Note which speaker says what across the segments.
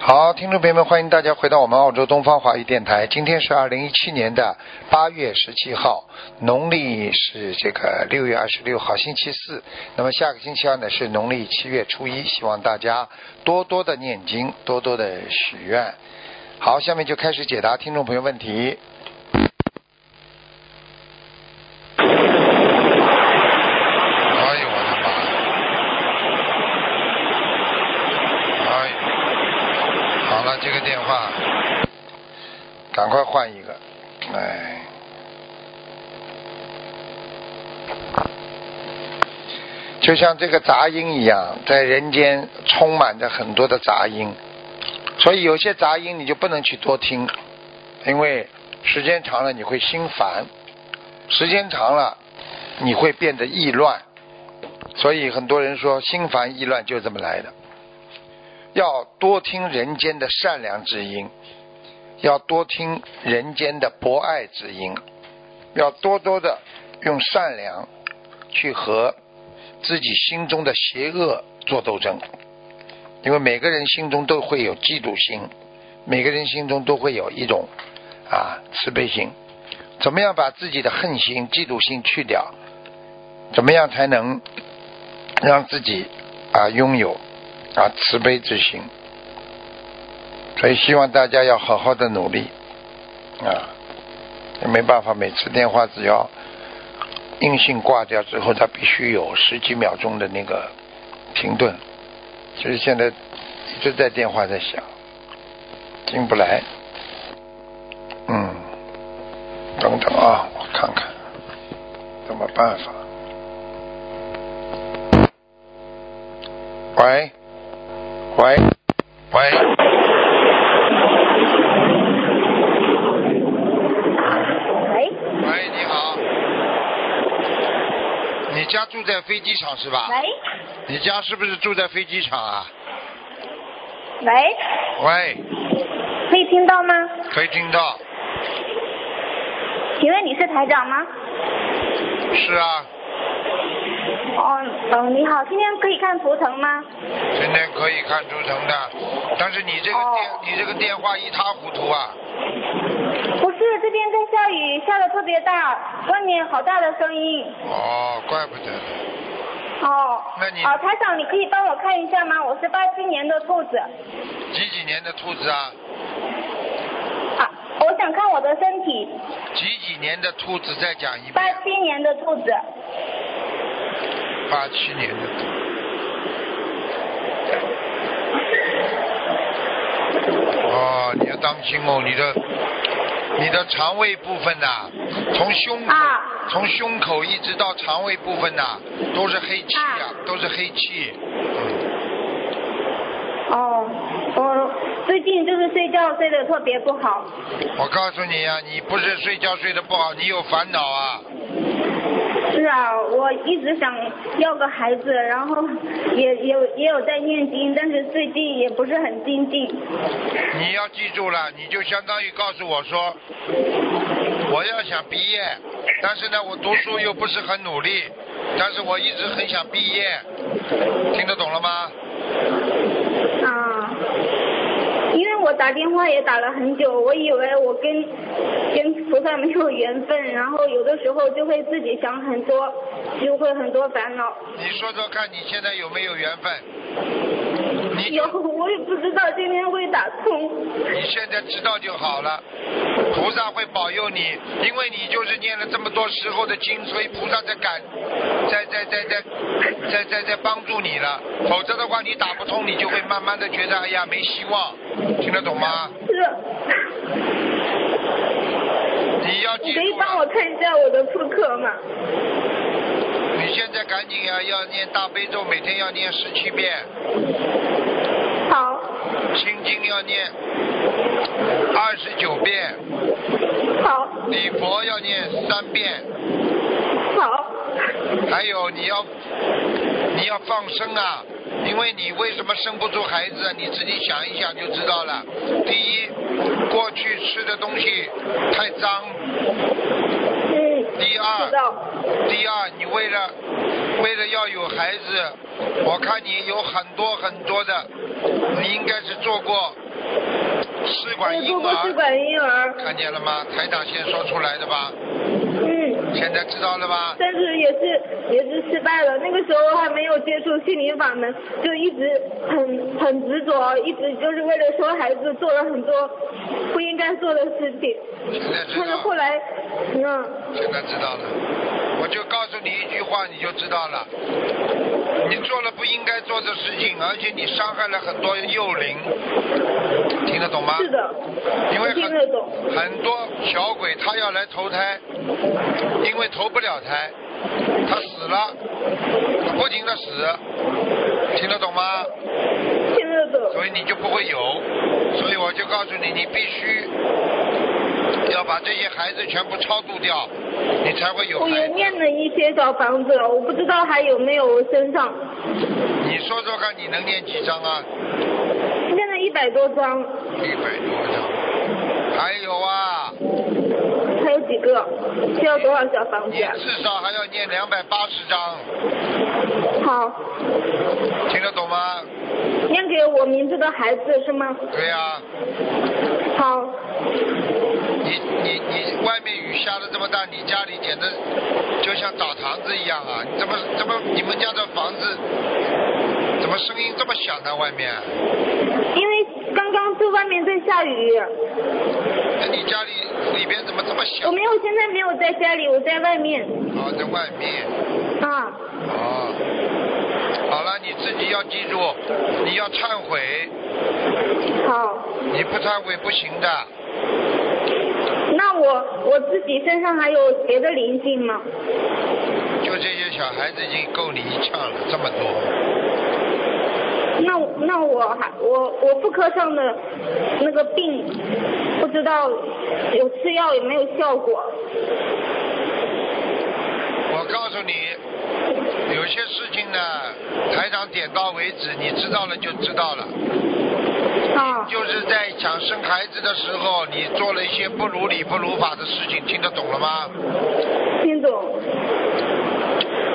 Speaker 1: 好，听众朋友们，欢迎大家回到我们澳洲东方华语电台。今天是二零一七年的八月十七号，农历是这个六月二十六号，星期四。那么下个星期二呢是农历七月初一，希望大家多多的念经，多多的许愿。好，下面就开始解答听众朋友问题。哎呦我的妈！哎呦。好了，这个电话，赶快换一个。哎，就像这个杂音一样，在人间充满着很多的杂音，所以有些杂音你就不能去多听，因为时间长了你会心烦，时间长了你会变得意乱，所以很多人说心烦意乱就这么来的。要多听人间的善良之音，要多听人间的博爱之音，要多多的用善良去和自己心中的邪恶做斗争，因为每个人心中都会有嫉妒心，每个人心中都会有一种啊慈悲心。怎么样把自己的恨心、嫉妒心去掉？怎么样才能让自己啊拥有啊慈悲之心。所以希望大家要好好的努力啊！没办法，每次电话只要硬性挂掉之后，它必须有十几秒钟的那个停顿。就是现在一直在电话在响，进不来。嗯，等等啊，我看看怎么办法。喂，喂，喂，
Speaker 2: 喂
Speaker 1: 喂，你好，你家住在飞机场是吧？
Speaker 2: 喂
Speaker 1: 你家是不是住在飞机场啊？
Speaker 2: 喂，
Speaker 1: 喂，
Speaker 2: 可以听到吗？
Speaker 1: 可以听到，
Speaker 2: 请问你是台长吗？
Speaker 1: 是啊，
Speaker 2: 哦，嗯，你好，今天可以看图腾吗？
Speaker 1: 今天可以看图腾的，但是你这个电，
Speaker 2: 哦
Speaker 1: 你这个电话一塌糊涂啊！
Speaker 2: 不是，这边在下雨，下的特别大，外面好大的声音。
Speaker 1: 哦，怪不得呢。
Speaker 2: 哦，
Speaker 1: 那你
Speaker 2: 哦，台长，你可以帮我看一下吗？我是八七年的兔子，
Speaker 1: 几几年的兔子啊？
Speaker 2: 啊，我想看我的身体，
Speaker 1: 几几年的兔子？再讲一
Speaker 2: 八
Speaker 1: 遍。
Speaker 2: 七年的兔子，
Speaker 1: 八七年的兔。哦，你要当心哦，你的你的肠胃部分呐、从胸口、
Speaker 2: 啊
Speaker 1: 从胸口一直到肠胃部分呐、都是黑气啊，
Speaker 2: 啊
Speaker 1: 都是黑气。嗯
Speaker 2: 哦，我最近就是睡觉睡得特别不好，
Speaker 1: 我告诉你啊，你不是睡觉睡得不好，你有烦恼啊。
Speaker 2: 是啊，我一直想要个孩子，然后也也有也有在念经，但是最近也不是很精进。
Speaker 1: 你要记住了，你就相当于告诉我说，我要想毕业，但是呢，我读书又不是很努力，但是我一直很想毕业，听得懂了吗？
Speaker 2: 啊，因为我打电话也打了很久，我以为我跟跟菩萨没有缘分，然后有的时候就会自己想很多，就会很多烦恼。
Speaker 1: 你说说看，你现在有没有缘分？你
Speaker 2: 有，我也不知道今天会打通。
Speaker 1: 你现在知道就好了，菩萨会保佑你，因为你就是念了这么多时候的经，所以菩萨在感，在在在在在在在帮助你了。否则的话，你打不通，你就会慢慢的觉得哎呀没希望，听得懂吗？
Speaker 2: 是，啊
Speaker 1: 你要记
Speaker 2: 你可以
Speaker 1: 住
Speaker 2: 帮我
Speaker 1: 了，
Speaker 2: 看一下我的妇科吗？
Speaker 1: 你现在赶紧啊，要念大悲咒，每天要念十七遍，
Speaker 2: 好，
Speaker 1: 心经要念二十九遍，
Speaker 2: 好，
Speaker 1: 礼佛要念三遍。
Speaker 2: 好，
Speaker 1: 还有你要你要放生啊，因为你为什么生不出孩子啊？你自己想一想就知道了。第一，过去吃的东西太脏；
Speaker 2: 嗯，
Speaker 1: 第
Speaker 2: 知
Speaker 1: 二，
Speaker 2: 道。
Speaker 1: 第二，你为了为了要有孩子，我看你有很多很多的，你应该是做过试管
Speaker 2: 我
Speaker 1: 婴
Speaker 2: 做过试
Speaker 1: 儿，
Speaker 2: 管婴儿，
Speaker 1: 看见了吗？台长先说出来的吧，
Speaker 2: 嗯，
Speaker 1: 现在知道了吧？
Speaker 2: 但是也是也是失败了。那个时候还没有接触心灵法门，就一直很很执着，一直就是为了说孩子做了很多不应该做的事情。
Speaker 1: 现在知
Speaker 2: 但是
Speaker 1: 道啊
Speaker 2: 后，来，嗯。
Speaker 1: 现在知道了。我就告诉你一句话，你就知道了。你做了不应该做的事情，而且你伤害了很多幼龄，听得懂吗？
Speaker 2: 是的，
Speaker 1: 因为
Speaker 2: 我听
Speaker 1: 很
Speaker 2: 得懂。
Speaker 1: 很多小鬼他要来投胎，因为投不了胎，他死了，他不停的死，听得懂吗？
Speaker 2: 听得懂，
Speaker 1: 所以你就不会有，所以我就告诉你，你必须要把这些孩子全部超度掉，你才会有
Speaker 2: 我
Speaker 1: 孩
Speaker 2: 也
Speaker 1: 子。
Speaker 2: 念了一些小房子了，我不知道还有没有我身上，
Speaker 1: 你说说看，你能念几张啊？
Speaker 2: 念了一百多张，
Speaker 1: 一百多张，还有啊，
Speaker 2: 还有几个？需要多少小房
Speaker 1: 你
Speaker 2: 子、啊？
Speaker 1: 至少还要念两百八十张，
Speaker 2: 好，
Speaker 1: 听得懂吗？
Speaker 2: 念给我名字的孩子是吗？
Speaker 1: 对呀、
Speaker 2: 好，
Speaker 1: 你你你外面雨下的这么大，你家里简直就像澡堂子一样啊！你怎么怎么你们家的房子怎么声音这么响呢？外面？
Speaker 2: 因为刚刚这外面在下雨，
Speaker 1: 那你家里里边怎么这么
Speaker 2: 我
Speaker 1: 响？
Speaker 2: 没有，现在没有在家里，我在外面。
Speaker 1: 哦，在外面。
Speaker 2: 啊，
Speaker 1: 哦。好了，你自己要记住，你要忏悔，
Speaker 2: 好，
Speaker 1: 你不忏悔不行的。
Speaker 2: 那我我自己身上还有别的灵性吗？
Speaker 1: 就这些小孩子已经够你一呛了，这么多。
Speaker 2: 那我那我还我我妇科上的那个病，不知道有吃药有没有效果？
Speaker 1: 我告诉你，有些事情呢，台长点到为止，你知道了就知道了。
Speaker 2: 啊，
Speaker 1: 就是在想生孩子的时候，你做了一些不如理、不如法的事情，听得懂了吗？
Speaker 2: 听懂？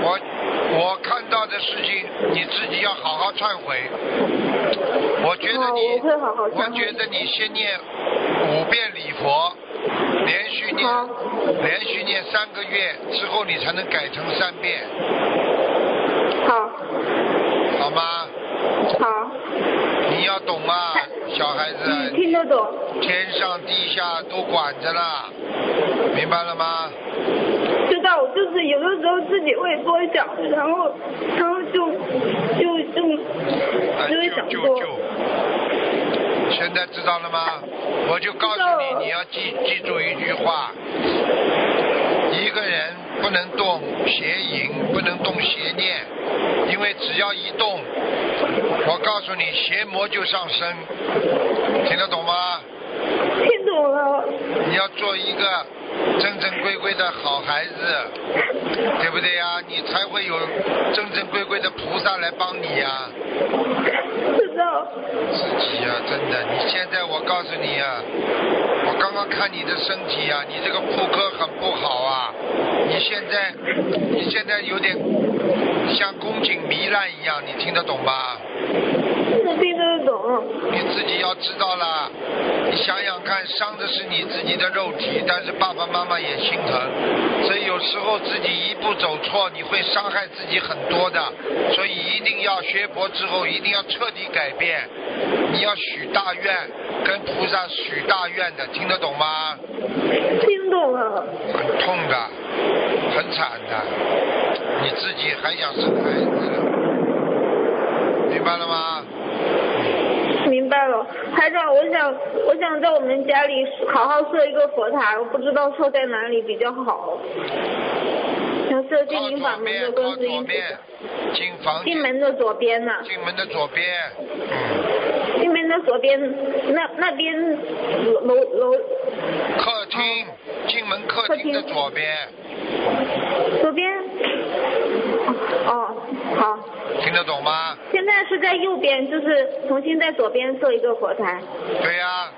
Speaker 1: 我我看到的事情，你自己要好好忏悔。我觉得
Speaker 2: 好
Speaker 1: 你，
Speaker 2: 我会好好忏悔
Speaker 1: 我觉得你先念五遍礼佛，连续念
Speaker 2: 好，
Speaker 1: 连续念三个月之后，你才能改成三遍，
Speaker 2: 好，
Speaker 1: 好吗？
Speaker 2: 好，
Speaker 1: 你要懂啊，小孩
Speaker 2: 嗯，
Speaker 1: 子，
Speaker 2: 听得懂。
Speaker 1: 天上地下都管着啦，明白了吗？
Speaker 2: 知道，就是有的时候自己会多想，然后然后就就就
Speaker 1: 哎
Speaker 2: 就会想
Speaker 1: 就
Speaker 2: 多
Speaker 1: 就。现在知道了吗？我就告诉
Speaker 2: 知道
Speaker 1: 你，
Speaker 2: 了
Speaker 1: 你要记记住一句话：一个人不能动邪淫，不能动邪念，因为只要一动，我告诉你，邪魔就上身。听得懂吗？
Speaker 2: 听懂了，
Speaker 1: 你要做一个正正规规的好孩子，对不对呀？你才会有正正规规的菩萨来帮你呀、
Speaker 2: 知道，
Speaker 1: 自己啊，真的，你现在我告诉你啊，我刚刚看你的身体啊，你这个妇科很不好啊，你现在你现在有点像宫颈糜烂一样，你听得懂吧？
Speaker 2: 我听得懂。
Speaker 1: 你自己要知道啦，你想想看，伤的是你自己的肉体，但是爸爸妈妈也心疼，所以有时候自己一步走错，你会伤害自己很多的，所以一定要学佛之后，一定要彻底改变，你要许大愿，跟菩萨许大愿的，听得懂吗？
Speaker 2: 听懂了，
Speaker 1: 很痛的，很惨的，你自己还想生孩子，明白了吗？
Speaker 2: 明白了，台长，我想，我想在我们家里好好设一个佛台，我不知道设在哪里比较好。想设
Speaker 1: 靠
Speaker 2: 心灵
Speaker 1: 左
Speaker 2: 法门
Speaker 1: 面
Speaker 2: 的，
Speaker 1: 靠
Speaker 2: 观世
Speaker 1: 左
Speaker 2: 音菩
Speaker 1: 面
Speaker 2: 萨，，
Speaker 1: 进房
Speaker 2: 进
Speaker 1: 间，
Speaker 2: 门的左边呢、
Speaker 1: 进门的左边，
Speaker 2: 进门的左边，那那边楼楼楼
Speaker 1: 客厅，进门客厅的左边，
Speaker 2: 左边，哦，好，
Speaker 1: 听得懂吗？
Speaker 2: 现在是在右边，就是重新在左边设一个佛台。
Speaker 1: 对呀、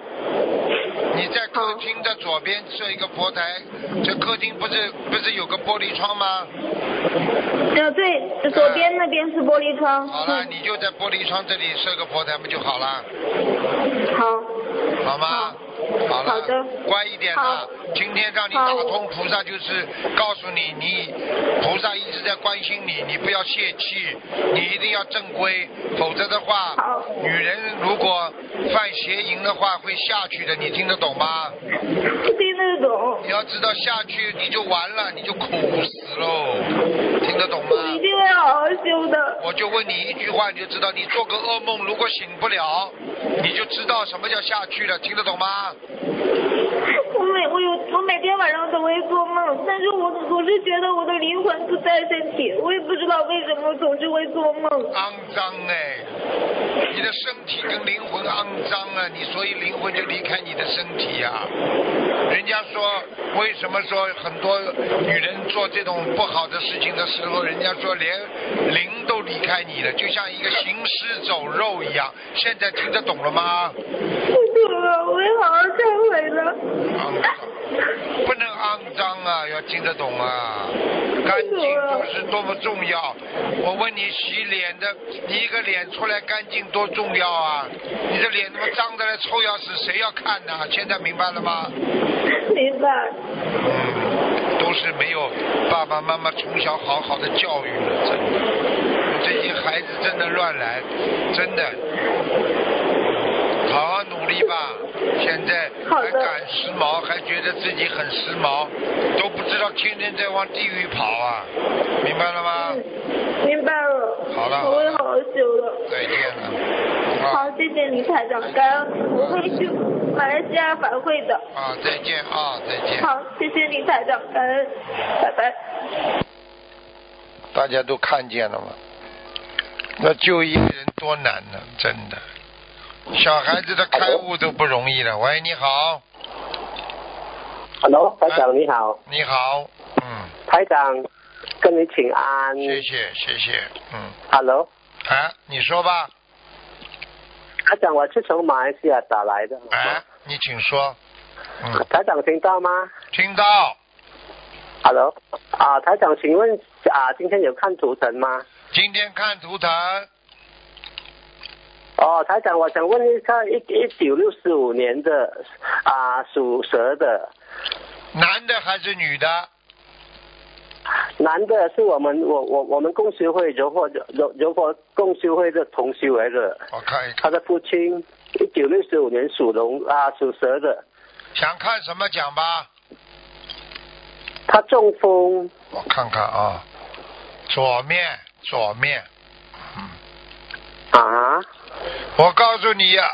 Speaker 1: 你在客厅的左边设一个佛台，这客厅不是不是有个玻璃窗吗？
Speaker 2: 呃，对，左边那边是玻璃窗。
Speaker 1: 好了，你就在玻璃窗这里设个佛台不就好了？
Speaker 2: 嗯好。
Speaker 1: 好吗？好了，
Speaker 2: 好的
Speaker 1: 乖一点啦
Speaker 2: 好。
Speaker 1: 今天让你打通菩萨，就是告诉你，你菩萨一直在关心你，你不要泄气，你一定要正规，否则的话
Speaker 2: 好，
Speaker 1: 女人如果犯邪淫的话会下去的，你听得懂吗？
Speaker 2: 听得懂，
Speaker 1: 你要知道下去你就完了，你就苦死喽，听得懂吗？
Speaker 2: 我一定会好好修的。
Speaker 1: 我就问你一句话，你就知道，你做个噩梦，如果醒不了，你就知道什么叫下去了，听得懂吗？
Speaker 2: 我每我有我每天晚上都会做梦，但是我总是觉得我的灵魂不在身体，我也不知道为什么我总是会做梦。
Speaker 1: 肮脏哎，你的身体跟灵魂肮脏了，你所以灵魂就离开你的身体呀、人家说，为什么说很多女人做这种不好的事情的时候，人家说连灵都离开你了，就像一个行尸走肉一样。现在听得懂了吗？
Speaker 2: 我懂了，我会好好忏悔的。
Speaker 1: 肮脏。不能肮脏啊，要听得懂啊。干净就是多么重要。我问你，洗脸的，你一个脸出来干净多重要啊！你这脸他妈脏的来臭要死，谁要看呐、现在明白了吗？
Speaker 2: 明白。
Speaker 1: 嗯，都是没有爸爸妈妈从小好好的教育了，真的。这些孩子真的乱来，真的。好好努力吧，现在
Speaker 2: 好
Speaker 1: 还
Speaker 2: 的
Speaker 1: 赶时髦，还觉得自己很时髦，都不知道天天在往地狱跑啊！明白了吗？
Speaker 2: 嗯，明白了。
Speaker 1: 好了好了
Speaker 2: 我会好好修的。
Speaker 1: 再见了。
Speaker 2: 好
Speaker 1: 啊，
Speaker 2: 谢谢你台长，感恩我会去马来西亚反会的。
Speaker 1: 啊，再见啊，再见。
Speaker 2: 好，谢谢你台长，感恩，拜拜。
Speaker 1: 大家都看见了吗？那就业人多难呢，真的。小孩子的开悟都不容易了。喂，你好，啊
Speaker 3: Hello，台长你好，
Speaker 1: 你好，嗯，
Speaker 3: 台长跟你请安。
Speaker 1: 谢谢，谢谢，嗯，
Speaker 3: Hello，
Speaker 1: 啊，你说吧，
Speaker 3: 台长，我是从马来西亚打来的。
Speaker 1: 哎，你请说，嗯，
Speaker 3: 台长听到吗
Speaker 1: 听到，
Speaker 3: ？Hello，啊，台长，请问啊，今天有看图腾吗？
Speaker 1: 今天看图腾，
Speaker 3: 哦，台长，我想问一下，一一九六四五年的啊，属蛇的
Speaker 1: 男的还是女的？
Speaker 3: 男的，是我们我我我们共修会柔佛柔柔佛共修会的同修来的，
Speaker 1: 我看一看，
Speaker 3: 他的父亲一九六四五年属龙啊，属蛇的，
Speaker 1: 想看什么讲吧，
Speaker 3: 他中风。
Speaker 1: 我看看啊，左面，左面，嗯。
Speaker 3: 啊，
Speaker 1: 我告诉你呀、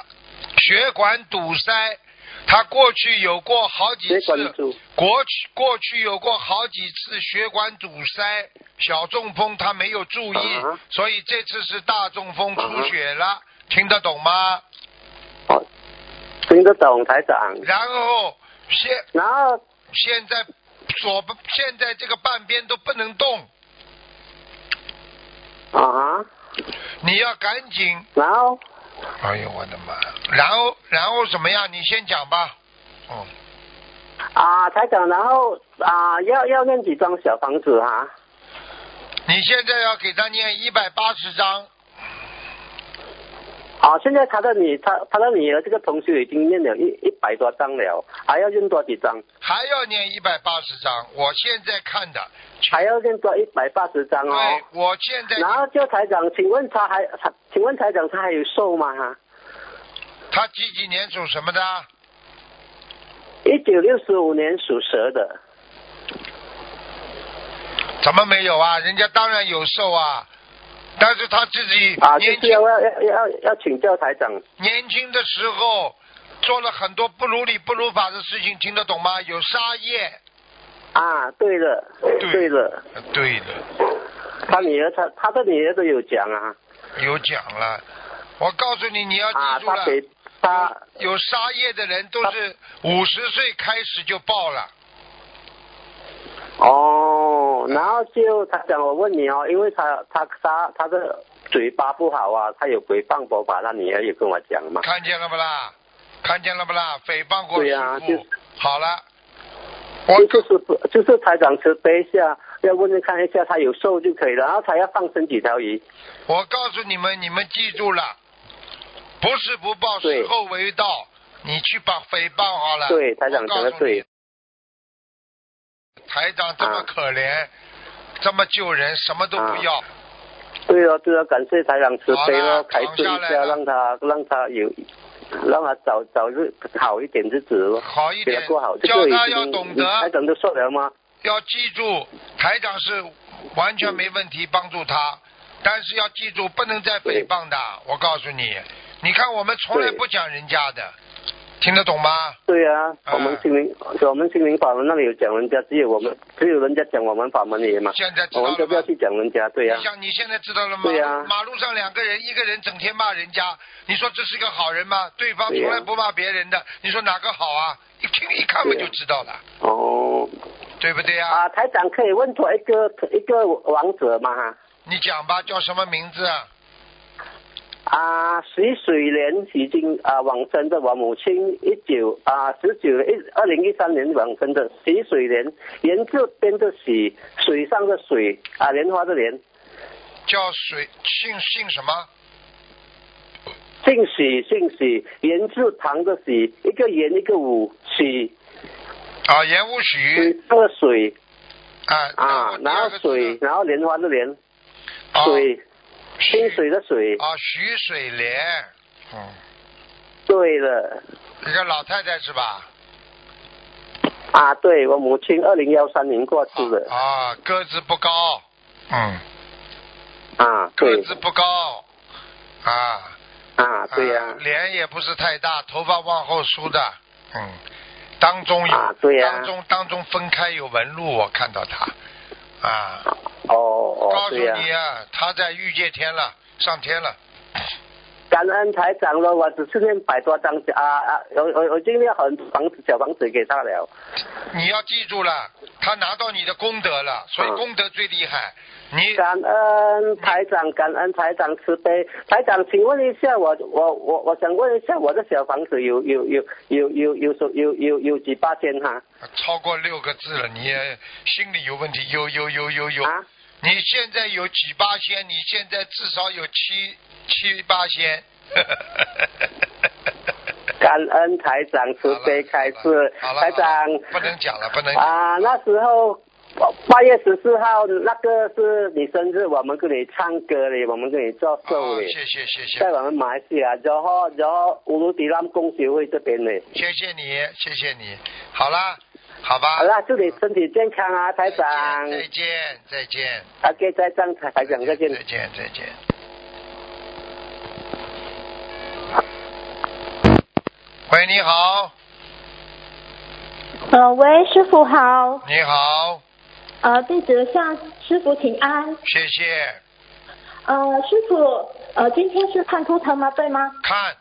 Speaker 1: 血管堵塞，他过去有过好几
Speaker 3: 血管
Speaker 1: 次，
Speaker 3: 阻
Speaker 1: 过去过去有过好几次血管阻塞，小中风他没有注意，
Speaker 3: 啊
Speaker 1: 所以这次是大中风出血了，听得懂吗？
Speaker 3: 哦，听得懂台长。
Speaker 1: 然后现
Speaker 3: 然后
Speaker 1: 现在左现在这个半边都不能动，
Speaker 3: 啊，
Speaker 1: 你要赶紧，
Speaker 3: 然后
Speaker 1: 哎呦我的妈！然后然后怎么样？你先讲吧，嗯。
Speaker 3: 啊，台长，然后啊，要要念几张小房子啊？
Speaker 1: 你现在要给他念一百八十章，
Speaker 3: 啊，现在他的女，他他的女儿这个同学已经念了一一百多张了，还要念多几张？
Speaker 1: 还要念一百八十章。我现在看的，
Speaker 3: 还要念多一百八十张哦。
Speaker 1: 对，我现在
Speaker 3: 然后就台长，请问他还，他请问台长他还有瘦吗？哈，
Speaker 1: 他几几年属什么的？
Speaker 3: 一九六十五年属蛇的，
Speaker 1: 怎么没有啊？人家当然有瘦啊，但是他自己
Speaker 3: 啊，就
Speaker 1: 年
Speaker 3: 是
Speaker 1: 轻、
Speaker 3: 要要要要要请教台长
Speaker 1: 年轻的时候做了很多不如理不如法的事情，听得懂吗？有杀业，
Speaker 3: 啊，对了，
Speaker 1: 对
Speaker 3: 对了。
Speaker 1: 呃对的，
Speaker 3: 他女儿，他他的女儿都有讲啊，
Speaker 1: 有讲了。我告诉你，你要
Speaker 3: 啊，
Speaker 1: 记住了
Speaker 3: 他，给他
Speaker 1: 有杀业的人都是五十岁开始就爆了。嗯
Speaker 3: 哦，然后就他讲我问你哦，因为他他他他的嘴巴不好啊，他有回放佛法，他女儿有跟我讲嘛，
Speaker 1: 看见了不啦？看见了不啦？诽谤过
Speaker 3: 对
Speaker 1: 师
Speaker 3: 呀
Speaker 1: 傅，
Speaker 3: 就是
Speaker 1: 好了，我
Speaker 3: 就就是不就是台长慈悲一下，要问问看一下他有瘦就可以了，然后他要放生几条鱼。
Speaker 1: 我告诉你们，你们记住了，不是不报，
Speaker 3: 对
Speaker 1: 时候未到。你去把诽谤好了。
Speaker 3: 对，台长
Speaker 1: 啊我
Speaker 3: 讲
Speaker 1: 告
Speaker 3: 的
Speaker 1: 诉你
Speaker 3: 对，，
Speaker 1: 台长这么
Speaker 3: 啊
Speaker 1: 可怜，这么救人，什么都不要。
Speaker 3: 对了对了，哦感谢台长慈悲
Speaker 1: 好了
Speaker 3: 咯，开
Speaker 1: 躺
Speaker 3: 示一
Speaker 1: 下
Speaker 3: 下，
Speaker 1: 来了
Speaker 3: 让他让他有，让他早早日好一点日子咯，
Speaker 1: 好一
Speaker 3: 给
Speaker 1: 点
Speaker 3: 他过好。，这
Speaker 1: 叫
Speaker 3: 个已
Speaker 1: 他
Speaker 3: 经
Speaker 1: 要懂得。
Speaker 3: 台长都说了吗？
Speaker 1: 要记住，台长是完全没问题帮助他，但是要记住不能再诽谤的。我告诉你，你看我们从来
Speaker 3: 对
Speaker 1: 不讲人家的，听得懂吗？
Speaker 3: 对啊，
Speaker 1: 啊
Speaker 3: 我们心灵，我们心灵法门那里有讲人家，只有我们，只有人家讲我们法门里嘛，
Speaker 1: 现在知道
Speaker 3: 我
Speaker 1: 了
Speaker 3: 们
Speaker 1: 吗？
Speaker 3: 都不要去讲人家，对啊呀、
Speaker 1: 你想你现在知道了吗？
Speaker 3: 对呀
Speaker 1: 马路上两个人，一个人整天骂人家，你说这是个好人吗？对方
Speaker 3: 对呀
Speaker 1: 从来不骂别人的，你说哪个好啊？一听一看我
Speaker 3: 对呀
Speaker 1: 就知道了，
Speaker 3: 哦，
Speaker 1: 对不对呀、
Speaker 3: 啊，台长可以问出一个一个王者吗？
Speaker 1: 你讲吧，叫什么名字啊？
Speaker 3: 啊，徐水莲已经啊往生的，我母亲一九啊十九一二零一三年往生的徐水莲，莲字边的许，水上的水啊，莲花的莲，
Speaker 1: 叫谁？姓姓什么？
Speaker 3: 姓许姓许，言字旁的许，一个言一个武，许
Speaker 1: 啊，严无
Speaker 3: 水
Speaker 1: 许
Speaker 3: 个水
Speaker 1: 啊
Speaker 3: 啊，然后水，然后莲花的莲，
Speaker 1: 哦水
Speaker 3: 水清水的水，
Speaker 1: 啊，徐水莲，嗯，
Speaker 3: 对了
Speaker 1: 一个老太太是吧？
Speaker 3: 啊，对我母亲二零幺三年过世的
Speaker 1: 啊，个子不高，嗯，
Speaker 3: 啊，
Speaker 1: 个
Speaker 3: 对
Speaker 1: 哦子不高，啊，
Speaker 3: 啊，对呀、
Speaker 1: 啊脸也不是太大，头发往后梳的，嗯，当中有，
Speaker 3: 啊对呀
Speaker 1: 当中当中分开有纹路，我看到他，啊，
Speaker 3: 哦哦
Speaker 1: 告，诉
Speaker 3: 对呀、
Speaker 1: 你啊，他在御界天了，上天了，
Speaker 3: 感恩台长了，我只是念百多张啊啊，我我我已经念很多房子小房子给他了，
Speaker 1: 你要记住了，他拿到你的功德了，所以
Speaker 3: 嗯啊
Speaker 1: 功德最厉害，你
Speaker 3: 感恩台长，感恩台长慈悲，台长，请问一下，我我我我想问一下，我的小房子有有有有有有有有有有几八千哈？
Speaker 1: 超过六个字了，你也心里有问题，有有有有有。
Speaker 3: 啊，
Speaker 1: 你现在有几八仙？你现在至少有七七八仙。
Speaker 3: 感恩台长 慈悲开示，
Speaker 1: 好了
Speaker 3: 台长
Speaker 1: 好了不能讲了，不能讲。
Speaker 3: 啊，那时候八月十四号那个是你生日，我们给你唱歌嘞，我们给你做寿
Speaker 1: 啊
Speaker 3: 嘞。
Speaker 1: 谢谢谢
Speaker 3: 在
Speaker 1: 谢，
Speaker 3: 我们马来西亚，然后然后乌鲁迪拉公学会这边嘞。
Speaker 1: 谢谢你，谢谢你。好啦，好吧。
Speaker 3: 好啦，祝你身体健康啊，台
Speaker 1: 再见，
Speaker 3: 长。
Speaker 1: 再见，再见。
Speaker 3: OK，台长，台长再见。
Speaker 1: 再见，再见。喂，你好，
Speaker 4: 呃，喂，师傅好，
Speaker 1: 你好，
Speaker 4: 呃，弟子向师傅请安。
Speaker 1: 谢谢。
Speaker 4: 呃，师傅，呃，今天是看图腾吗？对吗？
Speaker 1: 看，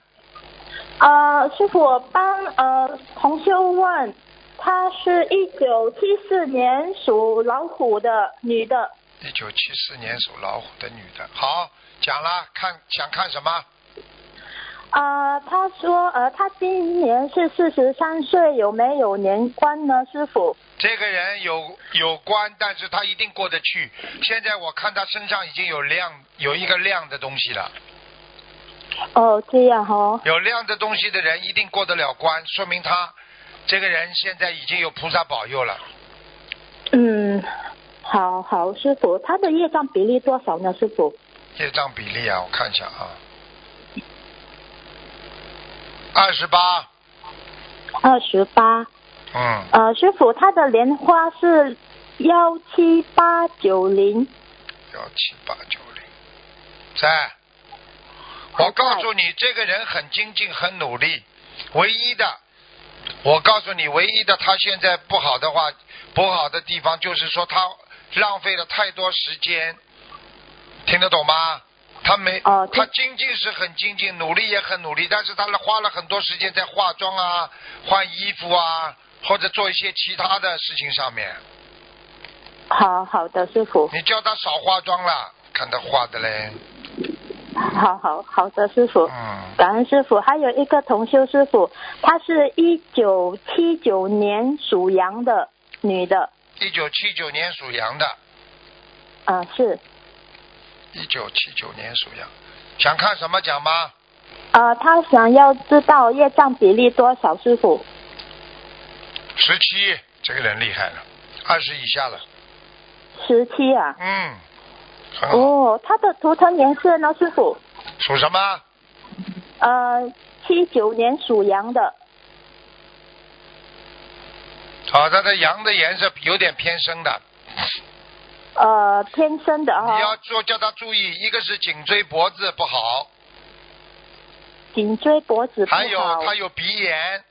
Speaker 4: 呃，师傅我帮呃同修问，她是一九七四年属老虎的女的，
Speaker 1: 一九七四年属老虎的女的，好，讲了，看想看什么？
Speaker 4: 呃，她说呃她今年是四十三岁，有没有年关呢？师傅，
Speaker 1: 这个人有有关，但是他一定过得去。现在我看他身上已经有亮，有一个亮的东西了。
Speaker 4: 哦，这样哦，
Speaker 1: 有亮的东西的人一定过得了关，说明他这个人现在已经有菩萨保佑了。
Speaker 4: 嗯，好好，师傅，她的业障比例多少呢？师傅，
Speaker 1: 业障比例啊，我看一下啊，二十八，
Speaker 4: 二十八。
Speaker 1: 嗯，
Speaker 4: 呃，师傅，他的莲花是幺七八九零，
Speaker 1: 幺七八九零，在。我告诉你，这个人很精进，很努力。唯一的，我告诉你，唯一的他现在不好的话，不好的地方就是说他浪费了太多时间，听得懂吗？他没，
Speaker 4: 哦
Speaker 1: 他
Speaker 4: 听
Speaker 1: 精进是很精进，努力也很努力，但是他花了很多时间在化妆啊、换衣服啊，或者做一些其他的事情上面。
Speaker 4: 好好的，师傅，
Speaker 1: 你叫他少化妆啦，看他化的嘞，
Speaker 5: 好好好的，师傅。
Speaker 1: 嗯，
Speaker 5: 感恩师傅，还有一个同修师傅，她是一九七九年属羊的女的，
Speaker 1: 一九七九年属羊的，
Speaker 5: 呃，是，
Speaker 1: 一九七九年属羊，想看什么讲吗？
Speaker 5: 呃，她想要知道业障比例多少，师傅
Speaker 1: 十七，这个人厉害了，二十以下了，
Speaker 5: 十七啊，
Speaker 1: 嗯，很好。
Speaker 5: 哦，她的图腾颜色呢，师傅，
Speaker 1: 属什么？
Speaker 5: 呃，七九年属羊的，
Speaker 1: 好、它的羊的颜色有点偏深的，
Speaker 5: 呃，天生的
Speaker 1: 你要
Speaker 5: 哈、
Speaker 1: 做叫他注意，一个是颈椎脖子不好，
Speaker 5: 颈椎脖子不
Speaker 1: 还有他
Speaker 5: 好
Speaker 1: 有鼻炎，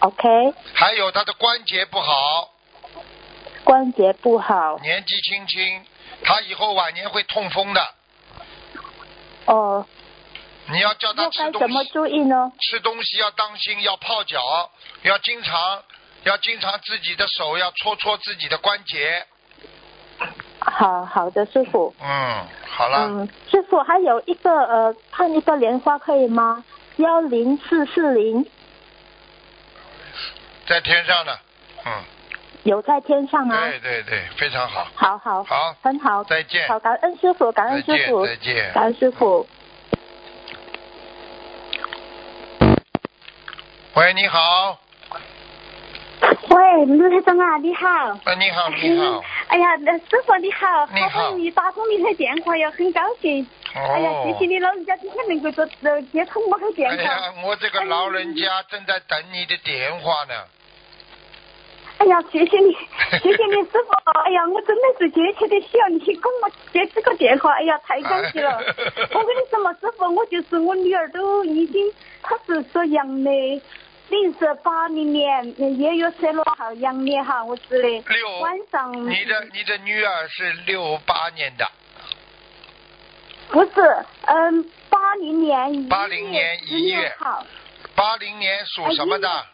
Speaker 5: ，OK，
Speaker 1: 还有他的关节不好，
Speaker 5: 关节不好，
Speaker 1: 年纪轻轻，他以后晚年会痛风的。
Speaker 5: 哦，
Speaker 1: 你要叫他
Speaker 5: 那
Speaker 1: 吃
Speaker 5: 该
Speaker 1: 东
Speaker 5: 怎么
Speaker 1: 西，
Speaker 5: 注意呢？
Speaker 1: 吃东西要当心，要泡脚，要经常，要经常自己的手要搓搓自己的关节。
Speaker 5: 好好的，师傅。
Speaker 1: 嗯，好了，
Speaker 5: 嗯，师傅还有一个呃，看一个莲花可以吗？幺零四四零
Speaker 1: 在天上呢。嗯，
Speaker 5: 有在天
Speaker 4: 嗯
Speaker 5: 上吗？
Speaker 1: 对对对，非常好。
Speaker 5: 好好
Speaker 1: 好
Speaker 5: 很好，
Speaker 1: 再见
Speaker 5: 好，感恩师傅，感恩
Speaker 1: 再
Speaker 5: 师
Speaker 1: 见
Speaker 5: 傅，
Speaker 1: 再见
Speaker 5: 感恩师傅。
Speaker 1: 喂，你好，
Speaker 4: 喂，卢台长啊，你好。
Speaker 1: 哎，你好，你好。
Speaker 4: 哎呀，呃师傅你好，
Speaker 1: 你好
Speaker 4: 不容易打通您的电话哟，很高兴。哎呀，谢谢
Speaker 1: 哦，
Speaker 4: 你老人家今天能够接呃接通我的电
Speaker 1: 哎
Speaker 4: 话。
Speaker 1: 呀，我这个老人家正在等你的电话呢。
Speaker 4: 哎呀，谢谢 你，谢谢你师傅。哎呀，我真的是急切的需要你给我接这个电话，哎呀，太 感激了。
Speaker 1: 哎
Speaker 4: 我跟你说嘛，师傅，我就是我女儿都已经，她是属羊的，你是八零年呃一月十六号羊年哈，我是的。
Speaker 1: 六
Speaker 4: 晚上。
Speaker 1: 你的你的女儿是六八年的，
Speaker 4: 不是，嗯，八零年一
Speaker 1: 80年1月
Speaker 4: 好，
Speaker 1: 八零年属什么的？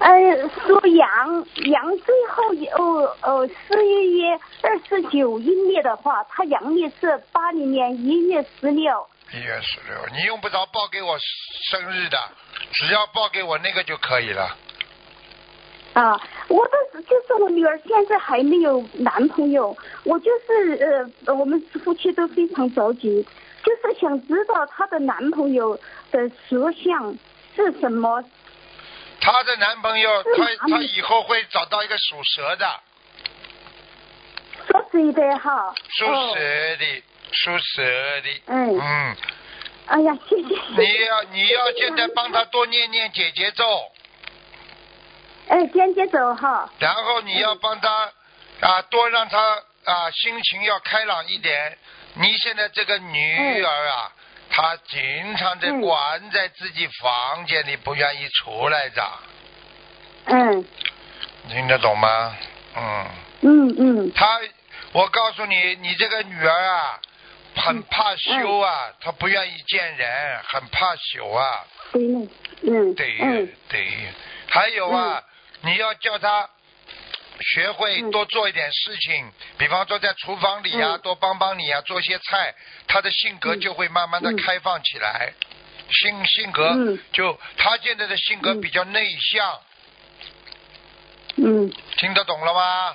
Speaker 4: 嗯，属羊，羊最后一哦哦十一月二十九阴历的话，它阳历是八零年一月十六。
Speaker 1: 一月十六，你用不着报给我生日的，只要报给我那个就可以了。
Speaker 4: 啊，我的就是我女儿现在还没有男朋友，我就是呃，我们夫妻都非常着急，就是想知道她的男朋友的属相是什么，
Speaker 1: 她的男朋友，
Speaker 4: 嗯
Speaker 1: 她她以后会找到一个属蛇的，
Speaker 4: 说谁的哈？
Speaker 1: 属
Speaker 4: 哦
Speaker 1: 蛇的，属蛇的。
Speaker 4: 嗯
Speaker 1: 嗯，
Speaker 4: 哎呀，谢谢。
Speaker 1: 你要你要现在帮她多念念姐姐咒，
Speaker 4: 哎，先接走哈。
Speaker 1: 然后你要帮她啊，多让她啊心情要开朗一点。你现在这个女儿啊，她经常在
Speaker 4: 嗯
Speaker 1: 关在自己房间里，不愿意出来的，
Speaker 4: 嗯
Speaker 1: 听得懂吗？嗯。
Speaker 4: 嗯嗯
Speaker 1: 他，我告诉你，你这个女儿啊，很怕羞啊，
Speaker 4: 嗯
Speaker 1: 她不愿意见人，很怕羞啊。
Speaker 4: 对嘞，嗯
Speaker 1: 对、
Speaker 4: 嗯
Speaker 1: 对，还有啊，你要叫她学会
Speaker 4: 嗯
Speaker 1: 多做一点事情，比方说在厨房里啊，
Speaker 4: 嗯
Speaker 1: 多帮帮你啊，做些菜，她的性格就会慢慢的
Speaker 4: 嗯
Speaker 1: 开放起来。性性格、
Speaker 4: 嗯
Speaker 1: 就她现在的性格
Speaker 4: 嗯
Speaker 1: 比较内向，
Speaker 4: 嗯
Speaker 1: 听得懂了吗？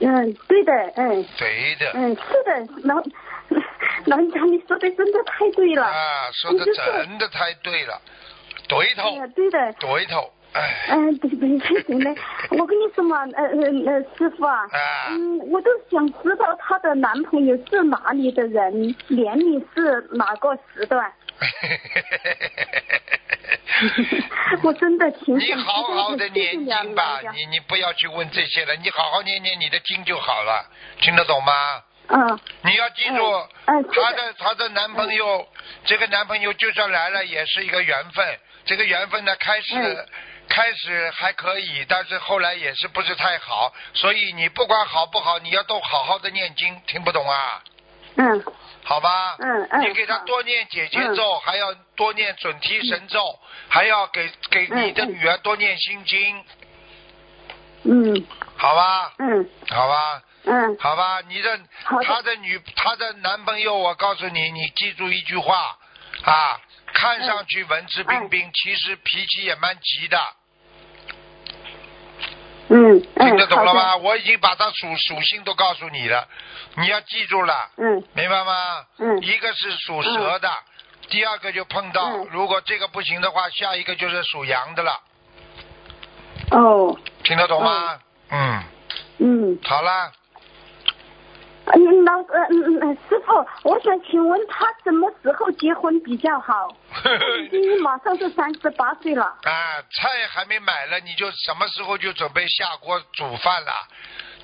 Speaker 4: 嗯，对的，嗯
Speaker 1: 对的。
Speaker 4: 嗯是的，老老人家你说的真的太对了。
Speaker 1: 啊，说的真的太对了，对
Speaker 4: 哎
Speaker 1: 头，
Speaker 4: 呀，对的，
Speaker 1: 对头， 哎，
Speaker 4: 嗯，对对对对嘞，我跟你说嘛，呃呃呃，师傅啊，
Speaker 1: 啊
Speaker 4: 嗯，我都想知道她的男朋友是哪里的人，年龄是哪个时段，我真的挺
Speaker 1: 你
Speaker 4: 想知
Speaker 1: 好
Speaker 4: 道
Speaker 1: 好
Speaker 4: 的
Speaker 1: 的
Speaker 4: 谢谢
Speaker 1: 念
Speaker 4: 你啊
Speaker 1: 经
Speaker 4: 老
Speaker 1: 吧
Speaker 4: 人家，
Speaker 1: 你你不要去问这些了，你好好念念你的经就好了，听得懂吗？
Speaker 4: 嗯。
Speaker 1: 你要记住
Speaker 4: 嗯嗯，嗯是的
Speaker 1: 她的她的男朋友，这个男朋友就算来了，也是一个缘分。这个缘分呢，开始
Speaker 4: 嗯
Speaker 1: 开始还可以，但是后来也是不是太好。所以你不管好不好，你要都好好的念经，听不懂啊？
Speaker 4: 嗯
Speaker 1: 好吧？
Speaker 4: 嗯嗯
Speaker 1: 你给他多念姐姐咒，还要多念准提神咒，还要给给你的
Speaker 4: 嗯嗯
Speaker 1: 女儿多念心经，
Speaker 4: 嗯
Speaker 1: 好吧？
Speaker 4: 嗯
Speaker 1: 好吧？
Speaker 6: 嗯，
Speaker 1: 好吧，你的
Speaker 6: 好的
Speaker 1: 他的女他的男朋友，我告诉你，你记住一句话啊，看上去文质彬彬，其实脾气也蛮急的，
Speaker 6: 嗯嗯，
Speaker 1: 听得懂
Speaker 6: 好
Speaker 1: 了
Speaker 6: 的
Speaker 1: 吗？我已经把他属属性都告诉你了，你要记住了，
Speaker 6: 嗯
Speaker 1: 明白吗？
Speaker 6: 嗯
Speaker 1: 一个是属蛇的，第二个就碰到，
Speaker 6: 嗯
Speaker 1: 如果这个不行的话，下一个就是属羊的了，
Speaker 6: 哦
Speaker 1: 听得懂吗？嗯，
Speaker 6: 嗯，
Speaker 1: 好啦，
Speaker 6: 嗯老呃嗯嗯师傅，我想请问他什么时候结婚比较好？已经马上是三十八岁了。
Speaker 1: 啊，菜还没买了，你就什么时候就准备下锅煮饭了？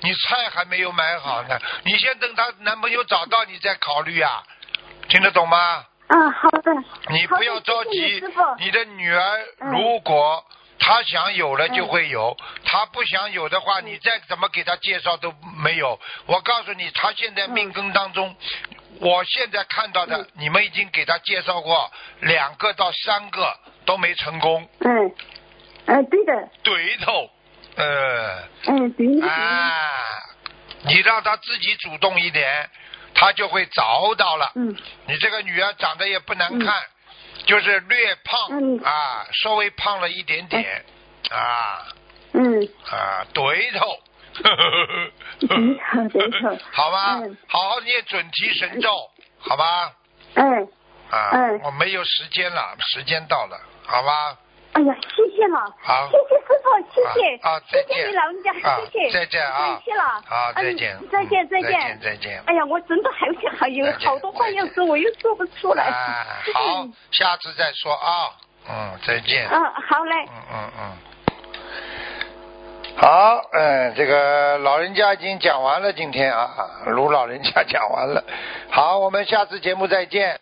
Speaker 1: 你菜还没有买好呢，你先等她男朋友找到你再考虑啊，听得懂吗？
Speaker 6: 啊，好的。
Speaker 1: 你
Speaker 6: 好
Speaker 1: 不
Speaker 6: 的
Speaker 1: 要着
Speaker 6: 谢谢你
Speaker 1: 急
Speaker 6: 师傅，
Speaker 1: 你的女儿
Speaker 6: 嗯
Speaker 1: 如果她想有了就会有，她不想有的
Speaker 6: 嗯
Speaker 1: 话，你再怎么给她介绍都没有。我告诉你，她现在
Speaker 6: 嗯
Speaker 1: 命根当中，我现在看到的，你们已经给她介绍过两个到三个都没成功，
Speaker 6: 嗯，呃，对的，
Speaker 1: 对头，呃，
Speaker 6: 嗯，对的。
Speaker 1: 啊，你让她自己主动一点，她就会找到了。
Speaker 6: 嗯
Speaker 1: 你这个女儿长得也不难看，就是略胖、
Speaker 6: 嗯哎
Speaker 1: 啊，稍微胖了一点点、啊
Speaker 6: 嗯
Speaker 1: 啊，对头。
Speaker 6: 对头对嗯头
Speaker 1: 好吧，
Speaker 6: 嗯
Speaker 1: 好好念准提神咒，好吧？
Speaker 6: 嗯，
Speaker 1: 啊，
Speaker 6: 嗯
Speaker 1: 我没有时间了，时间到了，好吧？
Speaker 6: 哎呀，谢谢了，
Speaker 1: 好
Speaker 6: 谢谢师傅，谢谢，
Speaker 1: 啊啊再见
Speaker 6: 谢谢你老人家，
Speaker 1: 啊
Speaker 6: 谢谢，
Speaker 1: 再见啊
Speaker 6: 太客气了，
Speaker 1: 好再见
Speaker 6: 嗯再见，
Speaker 1: 嗯
Speaker 6: 再
Speaker 1: 再见再见
Speaker 6: 哎呀，我真的还想还有哎
Speaker 1: 再见
Speaker 6: 好多话
Speaker 1: 再见
Speaker 6: 要说，我又说不出来。
Speaker 1: 啊， 好，下次再说啊，嗯，再见。
Speaker 6: 嗯，好嘞，
Speaker 1: 嗯嗯嗯。好，嗯，这个老人家已经讲完了，今天啊，卢老人家讲完了。好，我们下次节目再见。